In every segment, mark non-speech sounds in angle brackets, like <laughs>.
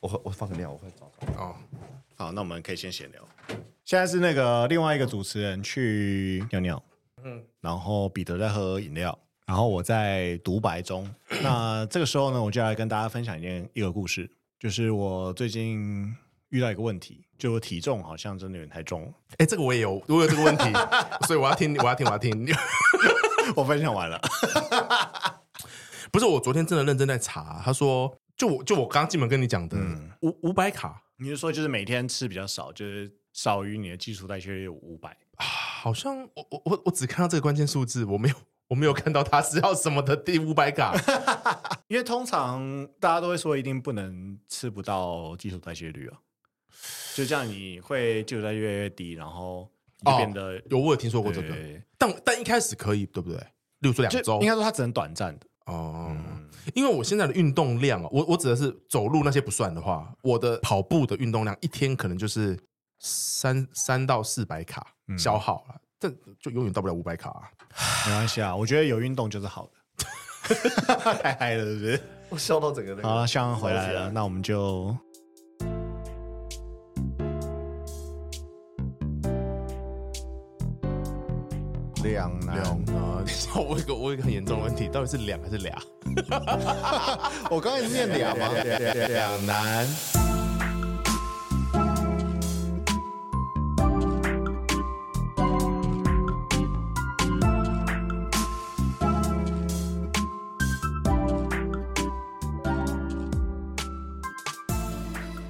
我喝我放个尿，我会找。哦，好，那我们可以先闲聊。现在是那个另外一个主持人去尿尿，嗯，然后彼得在喝饮料，然后我在独白中。那这个时候呢，我就来跟大家分享一件一个故事，就是我最近遇到一个问题，就我体重好像真的有点太重了。 <laughs> 哎、这个我也有，我有这个问题，所以我要听，我要听，我要听。 <laughs> 我分享完了，不是，我昨天真的认真在查，他说，就我就我刚进门跟你讲的，嗯五五百卡，你是说就是每天吃比较少，就是少于你的基础代谢率五百？啊好像我我我我只看到这个关键数字，我没有我没有看到他是要什么的第五百卡。因为通常大家都会说一定不能吃不到基础代谢率啊，就这样你会基础代谢越来越低，然后你就哦变得、有我有听说过这个，对但但一开始可以，对不对？例如说两周就应，该说它只能短暂的。哦，嗯因为我现在的运动量哦，我我指的是走路那些不算的话，我的跑步的运动量一天可能就是三三到四百卡嗯消耗了，但就永远到不了五百卡、啊。没关系啊，我觉得有运动就是好 <laughs> 的。太嗨了，是不是？我笑到整个那个。好了，香香回来了，那我们就两难。啊， <laughs> 我有一个我有一个很严重的问题，到底是两还是俩？我刚才念俩吗？两难。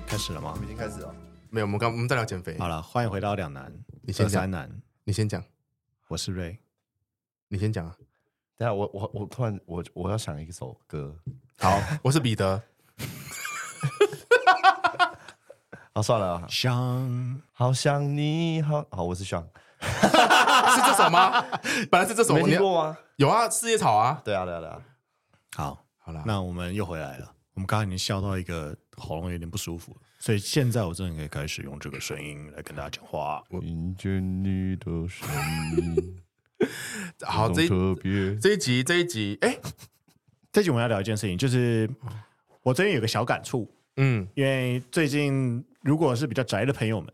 开始了吗？已经开始了。没有，我们刚我们在聊减肥。好了，欢迎回到两难，你先二讲三难，你先讲，我是瑞。你先讲啊。等一下，我我我突然我我要想一首歌。好，我是彼得。好，算了啊，香，好想你，好好，我是想，是这首 <laughs> 吗？本来是这首，没你听过吗？有啊，四叶草啊。对啊，对啊，对啊。好，好啦，那我们又回来了。我们刚刚已经笑到一个喉咙有点不舒服了，所以现在我真的可以开始用这个声音来跟大家讲话。听见你的声 <laughs> 音，好这一别这一集这一集，哎、这集我们要聊一件事情，就是我最近有个小感触，嗯，因为最近如果是比较宅的朋友们，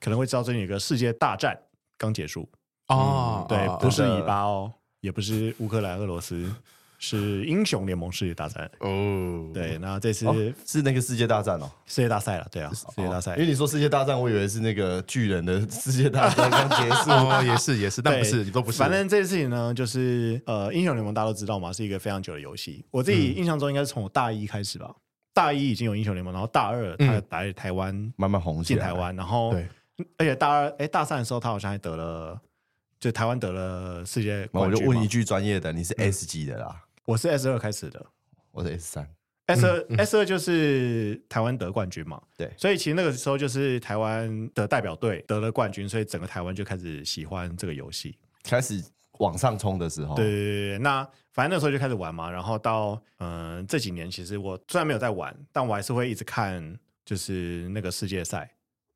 可能会知道最近有个世界大战刚结束，哦，嗯对，哦不是啊真的以巴哦，也不是乌克兰、俄罗斯，是英雄联盟世界大战。哦，对，那这次哦是那个世界大战哦。世界大赛了，对啊，世界大赛因为你说世界大战，我以为是那个巨人的 <laughs> 世界大战刚结束。哦，也是也是，但对不是，你都不是，反正这件事情呢，就是呃，英雄联盟大家都知道嘛，是一个非常久的游戏。我自己印象中应该是从我大一开始吧，大一已经有英雄联盟，然后大二他来台湾慢慢红起进来，台湾，然后对而且大二哎大三的时候，他好像还得了，就台湾得了世界然后哦我冠就军。嗯问一，句专业的，你是 S 级的啦，我是 S 二开始的我是 S 三。 ，S 二 S 二就是台湾得冠军嘛，对所以其实那个时候就是台湾的代表队得了冠军，所以整个台湾就开始喜欢这个游戏。开始往上冲的时候，对对对对，那反正那时候就开始玩嘛，然后到嗯、呃这几年，其实我虽然没有在玩，但我还是会一直看，就是那个世界赛，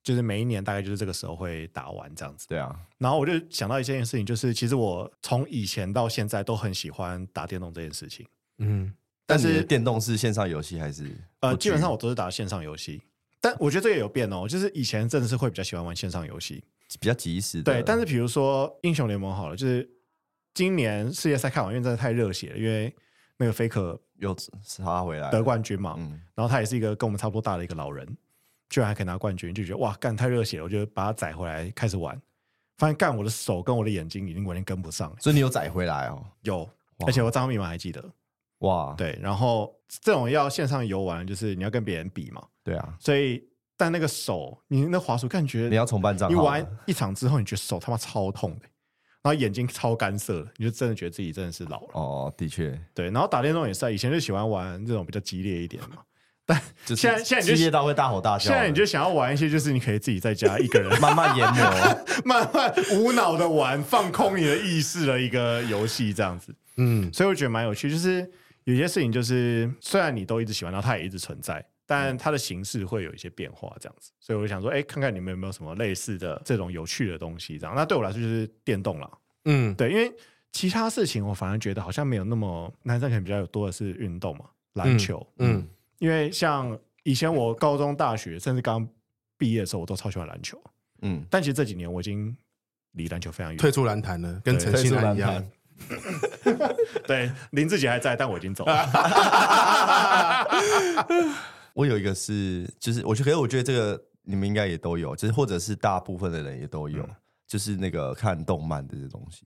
就是每一年大概就是这个时候会打完这样子。对啊，然后我就想到一件事情，就是其实我从以前到现在都很喜欢打电动这件事情，嗯，但但是是电动是线上游戏还是？呃，基本上我都是打线上游戏。但我觉得这个也有变哦，就是以前真的是会比较喜欢玩线上游戏，比较及时的。对。但是比如说英雄联盟好了，就是今年世界赛看完，因为真的太热血了，因为那个 Faker 又杀回来得，冠军嘛，嗯，然后他也是一个跟我们差不多大的一个老人，居然还可以拿冠军，就觉得哇，干太热血了，我就把他载回来开始玩，发现干我的手跟我的眼睛已经完全跟不上了，所以你有载回来哦，有，而且我账号密码还记得，哇，对，然后这种要线上游玩，就是你要跟别人比嘛，对啊，所以但那个手，你那滑鼠感觉你要重办账你号玩了，一场之后，你觉得手他妈超痛的、然后眼睛超干涩的，你就真的觉得自己真的是老了。哦，的确，对，然后打电动也是啊，以前就喜欢玩这种比较激烈一点的嘛，就是现在现在你就激烈到会大吼大叫现的，在你就想要玩一些，就是你可以自己在家一个人慢慢研 <laughs> 磨，慢慢无脑的玩，放空你的意识的一个游戏这样子。嗯，所以我觉得蛮有趣，就是有些事情就是虽然你都一直喜欢，然后它也一直存在，但它的形式会有一些变化这样子。所以我就想说，哎、看看你们有没有什么类似的这种有趣的东西这样。那对我来说就是电动了，嗯，对，因为其他事情我反而觉得好像没有那么男生可能比较有多的是运动嘛，篮球，嗯，因为像以前我高中、大学甚至刚毕业的时候，我都超喜欢篮球，嗯，但其实这几年我已经离篮球非常远。退 <laughs> 出篮坛了，跟对陈退信出安篮一样坛。，对，林志杰还在，但我已经走了。 <laughs> 我有一个是，就是我觉得，可是我觉得这个你们应该也都有，就是或者是大部分的人也都嗯有，就是那个看动漫的这东西。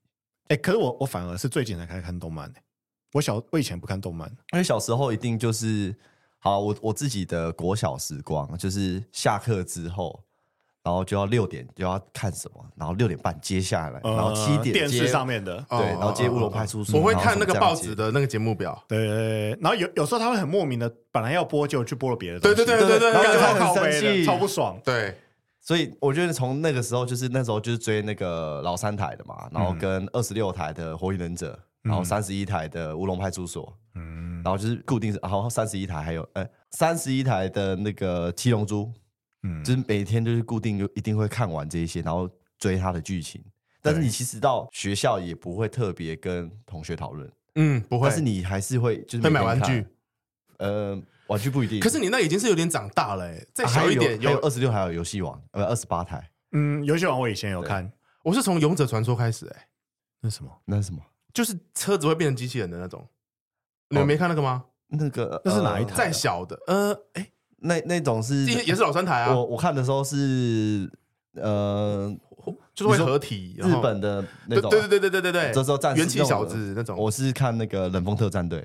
哎、可是我我反而是最近才开始看动漫、欸、我小我以前不看动漫，因为小时候一定就是，好，我我自己的国小时光就是下课之后，然后就要六点就要看什么，然后六点半接下来，然后七呃点电视接上面的，哦对，然后接乌龙派派出所，哦我会然后看什那么个这样报接纸，的那个节目表，对对对，对然后有有时候他会很莫名的，本来要播就去播了别的东对西，对对对对，然后感就觉会超很靠生背的，气超不爽。对，所以我觉得从那个时候就是那时候就是追那个老三台的嘛，然后嗯跟二十六台的火影忍者，然后三十一台的乌龙派出所，嗯然后就是固定是，然后三十一台还有呃三十一台的那个七龙珠，嗯就是每天就是固定就一定会看完这一些，然后追它的剧情。但是对你其实到学校也不会特别跟同学讨论，嗯，不会哦但是。你还是会就是会每买天玩看具，，呃，玩具不一定。可是你那已经是有点长大了，哎，再啊还小有一点还有二十六台有游戏王，呃，二十八台嗯，游戏王我以前有看，我是从《勇者传说》开始，哎，那什么？那是什么？哦就是车子会变成机器人的那种，你们没看那个吗？那个那是哪一呃台再小的，呃，哎，那那种是啊这些也是老三台啊我，我看的时候是呃就是你会说合体，然日后本的那对种，对对对对对对这对，时候战士元气小子那种。我是看那个冷风特战队，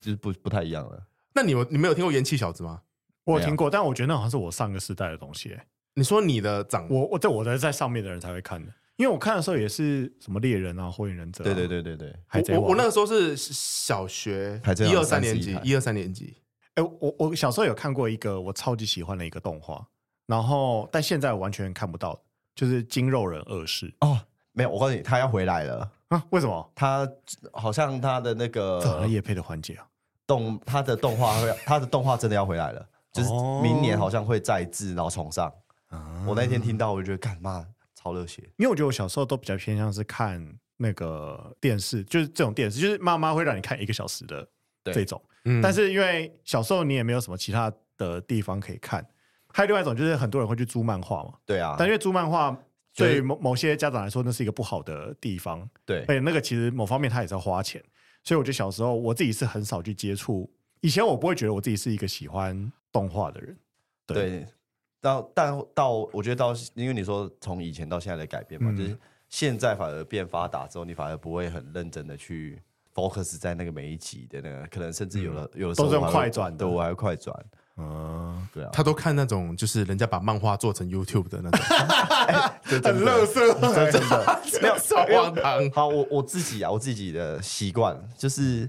就是不不太一样了。那你有你没有听过元气小子吗？我有听过，但我觉得那好像是我上个时代的东西、欸你说你的长，我我这我在在上面的人才会看的，因为我看的时候也是什么猎人啊、火影忍者、对对，对对对，海贼我王。我那个时候是小学海贼一王二三31年级台，一二三年级，哎、我我小时候有看过一个我超级喜欢的一个动画，然后但现在我完全看不到，就是《筋肉人二世哦，没有，我告诉你，他要回来了。》啊？为什么？他好像他的那找了个叶配的环节啊？动，他的动画会，他的动画真的要回来了，就是哦明年好像会再制，然后重上。啊我那天听到，我就觉得干妈超热血。因为我觉得我小时候都比较偏向是看那个电视，就是这种电视，就是妈妈会让你看一个小时的对这种。嗯但是因为小时候你也没有什么其他的地方可以看，还有另外一种就是很多人会去租漫画嘛，对啊，但因为租漫画就是对于某某些家长来说，那是一个不好的地方，对而，且那个其实某方面他也是要花钱，所以我觉得小时候我自己是很少去接触。以前我不会觉得我自己是一个喜欢动画的人，对对，到但到我觉得到，因为你说从以前到现在的改变嘛，嗯就是现在反而变发达之后，你反而不会很认真的去 focus 在那个每一集的那个，可能甚至有的、有的时候嗯都是用我还会快转的对我还会快转，嗯，对啊，他都看那种就是人家把漫画做成 YouTube 的那 <laughs> 种，哎很乐色，这真的没 <laughs> 有超荒 <laughs> 唐。好，我我自己啊，我自己的习惯就是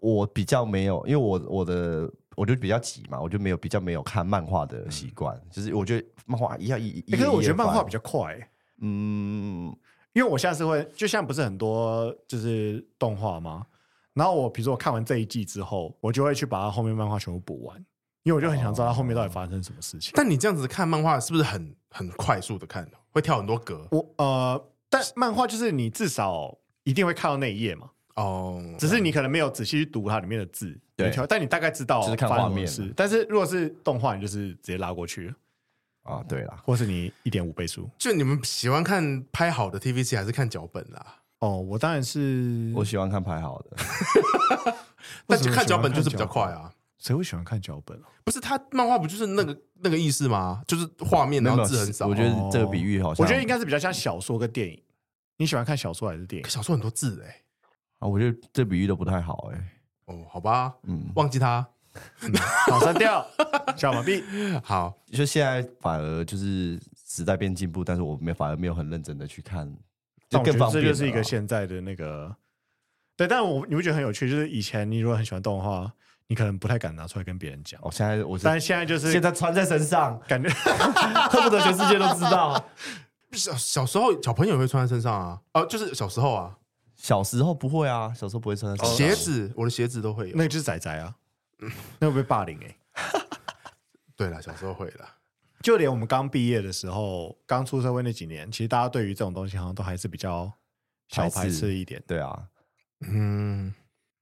我比较没有，因为我我的我就比较急嘛，我就没有比较没有看漫画的习惯，就是我觉得漫画一要一，一嗯欸可是我觉得漫画比较较快、嗯。因为我下次会，就像不是很多就是动画吗？然后我比如说我看完这一季之后，我就会去把它后面漫画全部补完，因为我就很想知道它后面到底发生什么事情。但你这样子看漫画是不是很很快速的看，会跳很多格？我呃，但漫画就是你至少一定会看到那一页嘛，哦，只是你可能没有仔细去读它里面的字，对你挑但你大概知道就是看发生画面什么事嘛但是如果是动画，你就是直接拉过去，啊，对啦，或是你一点五倍速。就你们喜欢看拍好的 TVC 还是看脚本啊啦？哦，我当然是我喜欢看排好 <laughs> 的，但什么就看脚本就是比喜较欢看脚快本啊。谁会喜欢看脚本啊？不是他漫画不就是那个那个意思吗？就是画面然后字很少。我觉得这个比喻好像，哦我觉得应该是比较像小说跟电影。你喜欢看小说还是电影可？小说很多字哎、啊，我觉得这比喻都不太好哎、哦，好吧，嗯，忘记他。好，删掉，小马币。好，就现在反而就是时代变进步，但是我没反而没有很认真的去看，<laughs> 就但我觉更得方这便。啊就是一个，现在的那个，对。但我你不觉得很有趣？就是以前你如果很喜欢动画，你可能不太敢拿出来跟别人讲，哦，现在我是但现在就是现在穿在身上， <laughs> 感觉 <laughs> 恨不得全世界都知道。小小时候小朋友也会穿在身上啊，哦、就是小时候啊，小时候不会啊，小时候不会穿在身上鞋，子我的鞋子都会有。那个就是仔仔 <laughs> 啊，那会被霸凌哎、对了，小时候会的。就连我们刚毕业的时候，刚出社会那几年，其实大家对于这种东西好像都还是比较小排排斥斥一点。对啊，嗯，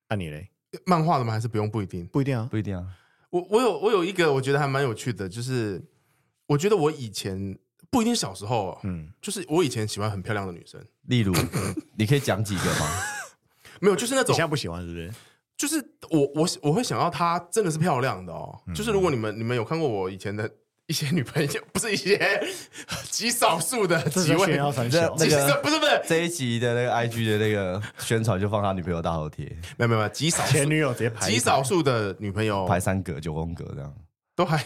那、你嘞？漫画的吗？还是不用不一定。不一定啊，不一定啊。我我有我有一个我觉得还蛮有趣的，就是我觉得我以前不一定小时候，嗯嗯，就是我以前喜欢很漂亮的女生，例 <laughs> 如，你可以讲几个吗？没有，就是那你种现在不喜欢是不是？就是我我我会想要她真的是漂亮的哦。就是如果你们你们有看过我以前的一些女朋友，不是一些 <laughs> 极少数的这几是炫位， <laughs> 耀三小这，其实那个不是不是，这一集的那个 IG 的那个宣传就放他女朋友大头贴，没有没有没有极少前数女友直接排极少数的女朋友排三格九宫格这样。都还，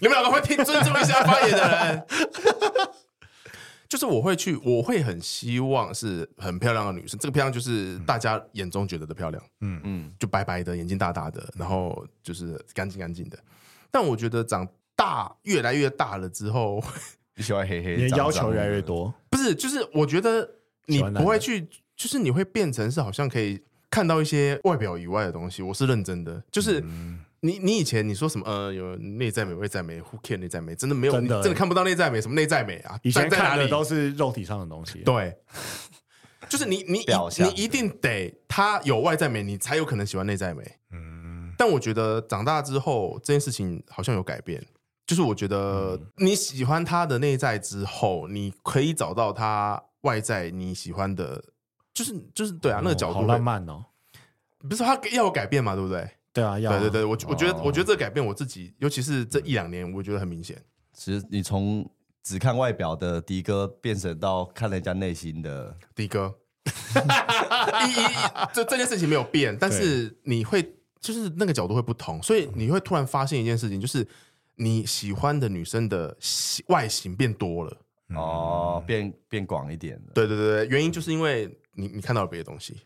你们两个会听尊重一下发言的人。就是我会去，我会很希望是很漂亮的女生。这个漂亮就是大家眼中觉得的漂亮，嗯，就白白的，眼睛大大的，然后就是干净干净的。但我觉得长大越来越大了之后， <laughs> 你喜欢黑黑，你的脏要脏求越来的越多，不是，就是我觉得你喜欢男不的会去，就是你会变成是好像可以看到一些外表以外的东西。我是认真的，就是。嗯你你以前你说什么呃有内在美外在美，who care 内在美，真的没有，真的你真的看不到内在美，什么内在美啊？以前站在哪看的里都是肉体上的东西，啊 <laughs> 对，就是你你表一象你一定得他有外在美，你才有可能喜欢内在美。嗯，但我觉得长大之后这件事情好像有改变，就是我觉得嗯你喜欢他的内在之后，你可以找到他外在你喜欢的，就是就是对啊，那个角哦度好会浪漫哦。不是他要有改变嘛，对不对？对啊，要啊对对对，我我觉得哦我觉得这个改变我自己，尤其是这一两年，我觉得很明显。其实你从只看外表的迪哥，变成到看人家内心的，的 <laughs> 哥，一一这这件事情没有变，但是你会就是那个角度会不同，所以你会突然发现一件事情，就是你喜欢的女生的喜外形变多了。哦，变变广一点了。对对对，对原因就是因为你你看到了别的东西。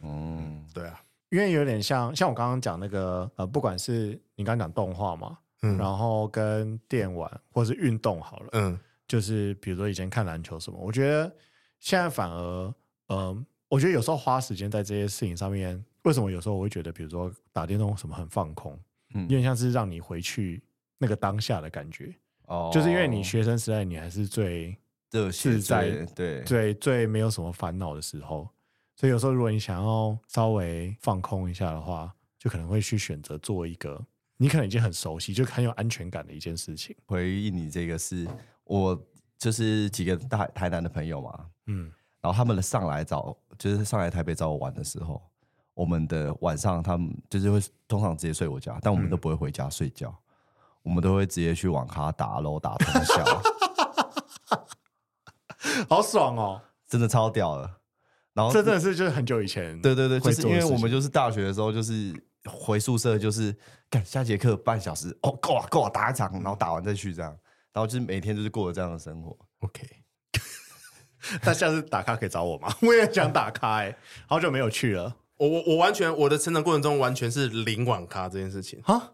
嗯，对啊，因为有点像像我刚刚讲那个呃，不管是你刚刚讲动画嘛，嗯然后跟电玩或是运动好了，嗯就是比如说以前看篮球什么，我觉得现在反而呃，我觉得有时候花时间在这些事情上面，为什么有时候我会觉得，比如说打电动什么很放空，嗯有点像是让你回去那个当下的感觉，哦就是因为你学生时代你还是最热血自在最对最最没有什么烦恼的时候。所以有时候如果你想要稍微放空一下的话，就可能会去选择做一个你可能已经很熟悉、就很有安全感的一件事情。回应你这个是我就是几个大台南的朋友嘛，嗯，然后他们的上来找，就是上来台北找我玩的时候，我们的晚上他们就是会通常直接睡我家，但我们都不会回家睡嗯觉，我们都会直接去网咖打喽打通 <laughs> 宵，好爽哦！真的超屌的。然后这真的是就是很久以前，对对对，就会是做因的为我们事情就是大学的时候，就是回宿舍就是干下节课半小时哦，够了够了，打一场，然后打完再去这样，然后就是每天就是过着这样的生活。 ，OK， <laughs> 但下次打卡可以找我吗？ <laughs> 我也想打卡哎、好久没有去了我我我完全我的成长过程中完全是零网咖这件事情。啊。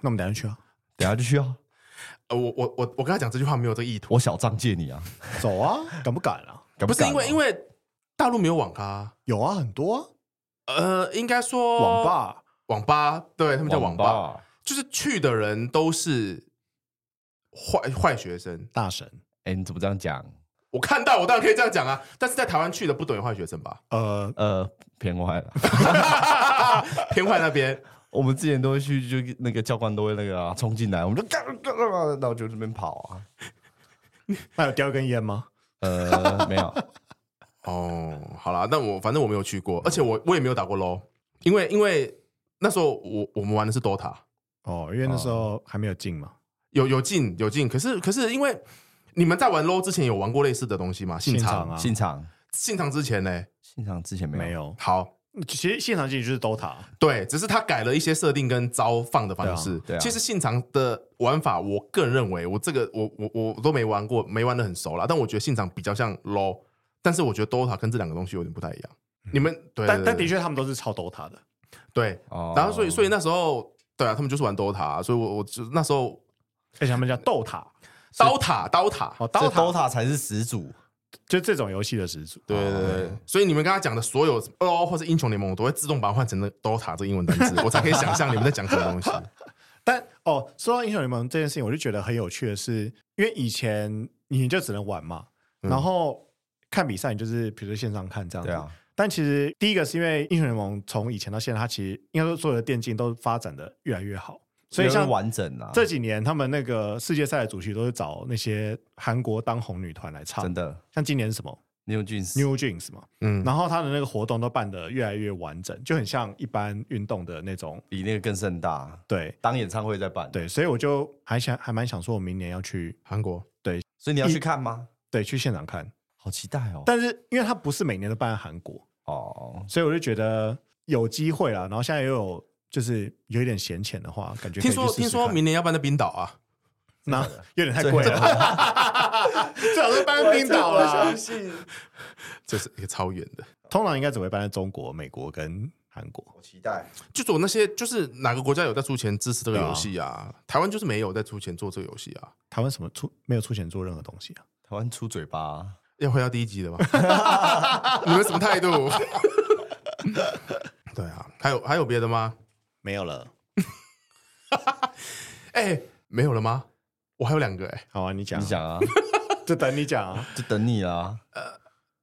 那我们等一下去啊，等一下就去啊，呃，我我我我跟他讲这句话没有这个意图，我小账借你啊，走啊，敢不敢啊？敢不哦是敢因啊为因为大陆没有网咖，有啊，很多啊，呃，应该说网吧网吧，对他们叫网吧，网就是去的人都是坏坏学生。大神，哎、你怎么这样讲？我看到，我当然可以这样讲啊，但是在台湾去的不等于坏学生吧？ <laughs> 呃，呃，偏歪了。偏坏那边，我们之前都会去，就那个教官都会那个啊，冲进来，我们就干干干嘛，然后就这边跑啊。那有叼一根烟吗？呃，没有，哦，好啦，但我反正我没有去过，而且我我也没有打过 LO，因为因为那时候我我们玩的是 DOTA，哦，因为那时候还没有进嘛，有有进有进，可是可是因为你们在玩 LO 之前有玩过类似的东西吗？信现长场啊，现场信长之前呢？现场之前没有，没有，好，其实现场进去就是 DOTA，对，只是他改了一些设定跟招放的方式。对啊对啊其实信长的玩法，我个人认为，我这个我我我都没玩过，没玩的很熟啦。但我觉得信长比较像 low，但是我觉得 DOTA 跟这两个东西有点不太一样。嗯你们对，但对但对的确他们都是抄 DOTA 的，对。哦然后所以所以那时候对啊，他们就是玩 DOTA，啊所以我我就那时候而且他们叫 DOTA，刀塔刀塔，哦这，DOTA DOTA 才是始祖。就这种游戏的始祖。对对对哦对。所以你们刚刚讲的所有 LO 或是英雄联盟，我都会自动把它换成那 DOTA 这个英文单 <laughs> 词，我才可以想象你们在讲什么东西。但哦，说到英雄联盟这件事情，我就觉得很有趣的是，因为以前你就只能玩嘛，嗯然后看比赛，你就是比如说线上看这样子。对啊，但其实第一个是因为英雄联盟从以前到现在，它其实应该说所有的电竞都发展的越来越好，所以像没有完整啊，这几年他们那个世界赛的主题都是找那些韩国当红女团来唱真，的像今年是什么 New Jeans New Jeans 嘛，嗯，然后他的那个活动都办得越来越完整，就很像一般运动的那种。比那个更盛大，对当演唱会在办。，对，所以我就还想还蛮想说，我明年要去韩国所以你要去看吗？对去现场看，好期待哦！但是因为他不是每年都办韩国，哦，所以我就觉得有机会啦。然后现在又有就是有一点闲钱的话，感觉可以听说去试试听说看明年要搬到冰岛啊，那有点太贵了，最好是搬冰岛啦。信。这是一个超远的。 <laughs> 通常应该只会搬在中国、美国跟韩国。我期待，就走那些，就是哪个国家有在出钱支持这个游戏啊？台湾就是没有在出钱做这个游戏啊。台湾什么出没有出钱做任何东西啊？台湾出嘴巴啊，要回到第一集了吗？你们什么态度？对啊，还有还有别的吗？没有了。哎、没有了吗？我还有两个哎、好啊，你讲，你，讲啊，就等你讲啊。就等你啊。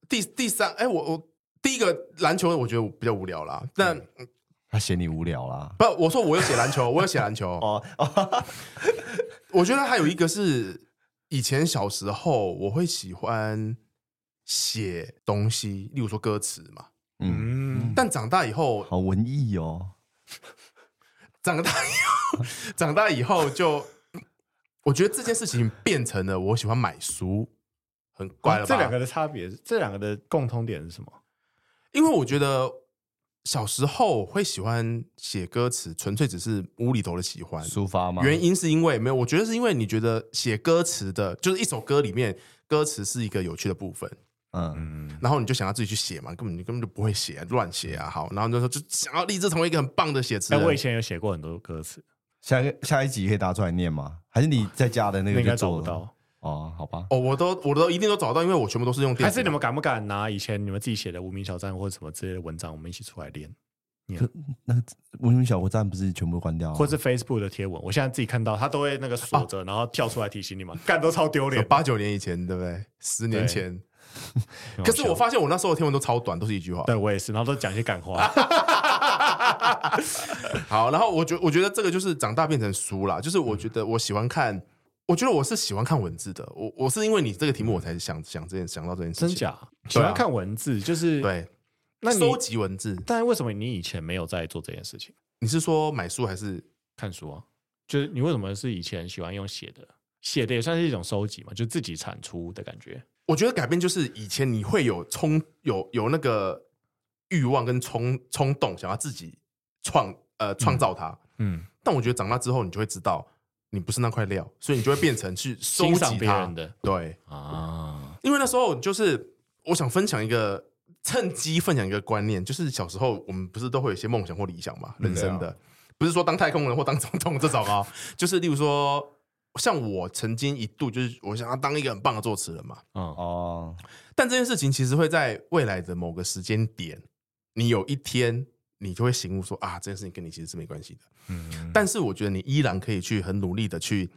第第三哎、我我第一个篮球我觉得比较无聊啦，但、他嫌你无聊啦。不，我说我有写篮球，我有写篮球。 <laughs> 哦，我觉得还有一个是以前小时候我会喜欢写东西，例如说歌词嘛，嗯，嗯，但长大以后好文艺哦。长大以后， <laughs> 长大以后就，我觉得这件事情变成了我喜欢买书，很怪了吧？哦这两个，的差别，这两个的共通点是什么？因为我觉得小时候会喜欢写歌词，纯粹只是无厘头的喜欢。抒发吗？原因是因为没有，我觉得是因为你觉得写歌词的，就是一首歌里面歌词是一个有趣的部分，嗯，嗯，然后你就想要自己去写嘛，根本你根本就不会写，乱写啊，好，然后就说就想要立志成为一个很棒的写词哎，人。我以前有写过很多歌词，下一个下一集可以拿出来念吗？还是你在家的那那个应就该找做不了？到。哦，好吧。哦，我都我都一定都找到，因为我全部都是用电还子的。是你们敢不敢拿以前你们自己写的无名小站或者什么之类的文章，我们一起出来练，文明小火站不是全部关哦掉啊？或是 Facebook 的贴文？我现在自己看到，它都会那个锁着，然后跳出来提醒你们，干都超丢脸。八九年以前，对不对？十年对前。很好可是我笑发现我那时候的天文都超短，都是一 <laughs> 句话。对我也是，然后都讲一些 <laughs> 感话。好，然后我觉我觉得这个就是长大变成书啦，就是我觉得我喜欢看，我觉得我是喜欢看文字的。我我是因为你这个题目，我才想想这件想到这件事情。真？假？喜欢看文字，就是。啊对，那你收集文字，但为什么你以前没有在做这件事情？你是说买书还是？看书啊，就是你为什么是以前喜欢用写的？写的也算是一种收集嘛，就自己产出的感觉。我觉得改变就是以前你会有冲有有那个欲望跟冲冲动，想要自己创呃创造它。嗯，但我觉得长大之后，你就会知道你不是那块料，所以你就会变成去收欣赏集别它人。的对，啊，因为那时候就是我想分享一个，趁机分享一个观念，就是小时候我们不是都会有一些梦想或理想嗯嘛，人生的，啊不是说当太空人或当总统这种啊，就是例如说，像我曾经一度就是我想要当一个很棒的作词人嘛，嗯，哦，但这件事情其实会在未来的某个时间点，你有一天你就会醒悟说啊，这件事情跟你其实是没关系的。嗯，但是我觉得你依然可以去很努力的去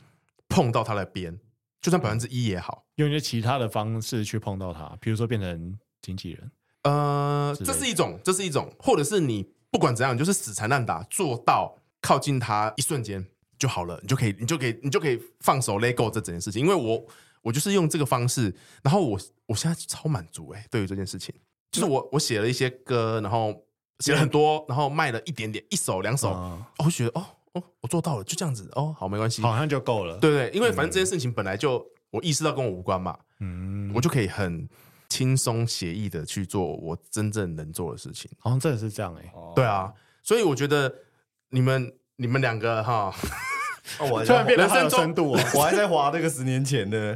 碰到它的边，就算百分之一也好。用一些其他的方式去碰到它，比如说变成经纪人。呃，之类这的是一种，这是一种，或者是你不管怎样，你就是死缠烂打，做到靠近他一瞬间就好了，你就可以，你就可以，你就可以放手 let go 这整件事情。因为我我就是用这个方式，然后我我现在超满足哎、对于这件事情，就是我我写了一些歌，然后写了很多，然后卖了一点点，一首两首，嗯哦，我觉得哦哦，我做到了，就这样子哦，好，没关系，好嗯像就够了。，对对，因为反正这件事情本来就我意识到跟我无关嘛，嗯，我就可以很轻松写意的去做我真正能做的事情。好像真的是这样哎、哦对啊，所以我觉得你们你们两个哈，哦， <laughs> 我还突在然变得好有人生中深度哦、我还在划那个十年前的，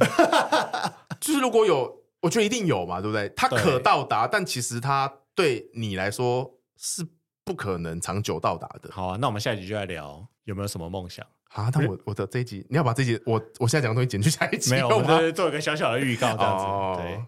就是如果有，我觉得一定有嘛，对不对？它对可到达，但其实它对你来说是不可能长久到达的好啊，那我们下一集就来聊有没有什么梦 <laughs> 想？啊。但我我的这一集，你要把这一集我我现在讲的东西剪去下一集，没有，我用吗们就做一个小小的预告这样子。对哦，，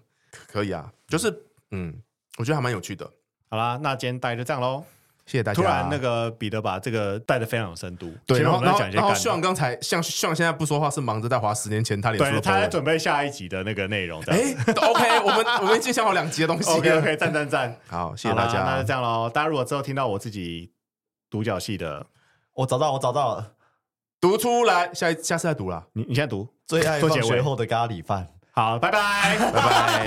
可以啊，就是嗯，我觉得还蛮有趣的，好啦，那今天大概就这样喽。谢谢大家。突然，那个彼得把这个带的非常有深度。对，前面然我后们然后在讲一些然干后话希望刚才像希望现在不说话是忙着在划十年前他脸书对，的他在 po 文。准备下一集的那个内容。这样哎、o <laughs> k 我们我们已经想好两集的东西了。 OK OK，赞赞赞，好，谢谢大 <laughs> 好啦那就家。这样喽。大家如果之后听到我自己独角戏的，哦我找到，我找到了，读出来，下一下次再读啦。你你现在读，最爱做放结学尾。后的咖喱饭。好，拜拜，拜拜。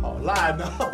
好烂哦。